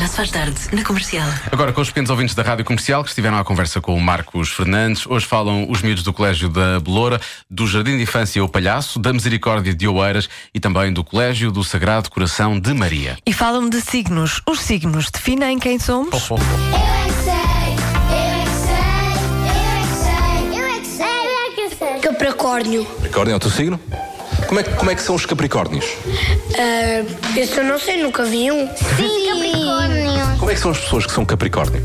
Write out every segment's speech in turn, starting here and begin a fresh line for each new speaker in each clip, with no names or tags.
Já se faz tarde, na comercial.
Agora, com os pequenos ouvintes da Rádio Comercial que estiveram à conversa com o Marcos Fernandes, hoje falam os miúdos do Colégio da Beloura, do Jardim de Infância O Palhaço, da Misericórdia de Oeiras e também do Colégio do Sagrado Coração de Maria.
E falam de signos. Os signos definem quem somos.
Eu é que sei, eu é que sei, eu é que sei, eu é que sei, eu é que sei,
é Capricórnio.
Capricórnio é o teu signo? Como é, que- como é que são os Capricórnios?
Esse eu não sei, nunca vi um. Sim, Capricórnio.
Como é que são as pessoas que são Capricórnio?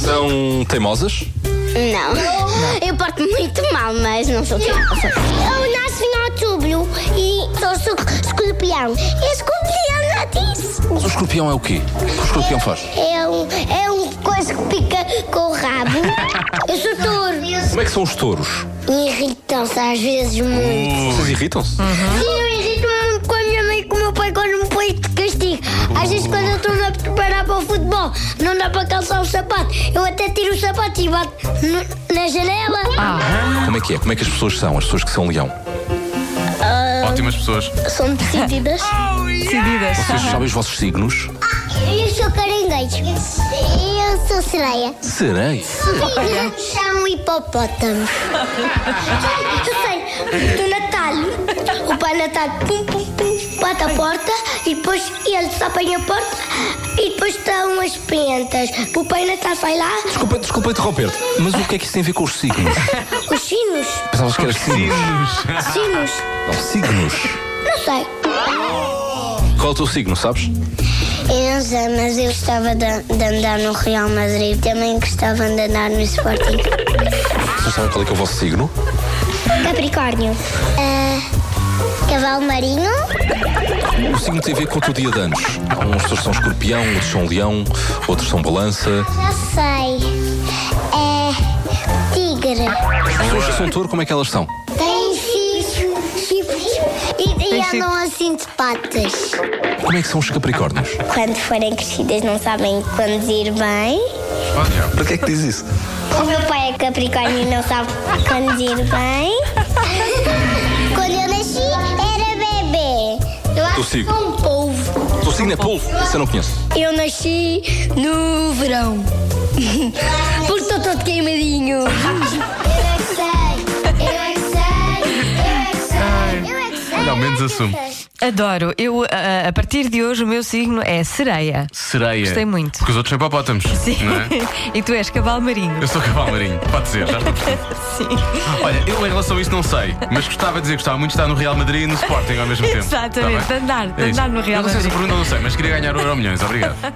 São teimosas?
Não, eu porto muito mal, mas não sou
Eu,
teimosa.
eu nasci em outubro e sou su- escorpião. E escorpião não disse.
Mas o escorpião é o quê? O que o escorpião faz?
É um, é um coisa que pica com o rabo. eu sou touro.
Como é que são os touros?
Irritam-se às vezes muito.
Vocês irritam-se?
Sim, eu irrito-me muito com a minha mãe e com o meu pai quando me põe de castigo. Às vezes, quando eu estou a preparar para o futebol, não dá para calçar o sapato. Eu até tiro o sapato e bato no- na janela.
Como é que é? Como é que as pessoas são? As pessoas que são leão?
Ah. Ótimas pessoas.
São decididas.
Decididas.
Vocês sabem os vossos signos?
Eu sou caranguejo. Eu sou sereia.
Serei.
São hipopótamos. Eu sei, do Natal, o Pai Natal pum, pum, pum, bate a porta e depois eles apanham a porta e depois estão as pentas. O Pai Natal vai lá,
Desculpa, desculpa interromper-te, mas o que é que isso tem a ver com os signos?
os sinos,
Pensavas que era signos.
sinos,
Não, signos.
não sei.
Qual é o teu signo, sabes?
Eu não sei, mas eu gostava de, andar no Real Madrid, também gostava de andar no Sporting.
Vocês sabem qual é que é o vosso signo?
Capricórnio. Ah, cavalo marinho.
O signo tem a ver com o teu dia de anos. Algumas pessoas são escorpião, outros são leão, outros são balança.
Já sei. É tigre.
As pessoas que são touro, como é que elas são?
Tem chifres e, e andam assim de patas.
Como é que são os Capricórnios?
Quando forem crescidas não sabem conduzir bem.
Olha.
Para que é que diz isso?
O meu pai é capricórnio e não sabe conduzir bem. Quando eu nasci era bebê. Eu acho
sigo.
que sou um polvo.
O teu signo é polvo? Isso eu não conheço.
Eu nasci no verão. Porque estou todo queimadinho. Eu é que sei, eu é que sei, eu é que sei.
Olha, ao menos assumo.
Adoro. Eu, a, a partir de hoje, o meu signo é sereia.
Sereia.
Gostei muito.
Porque os outros são hipopótamos.
Sim.
Não é?
e tu és cavalo marinho.
Eu sou cavalo marinho, pode ser, já estou a perceber.
Sim.
Olha, eu em relação a isso não sei, mas gostava de dizer que gostava muito de estar no Real Madrid e no Sporting ao mesmo tempo.
Exatamente,
Tá bem?
de andar, de
É isso.
andar no Real
Eu não sei se
Madrid.
o Bruno não sei, mas queria ganhar o Euro Milhões, obrigado.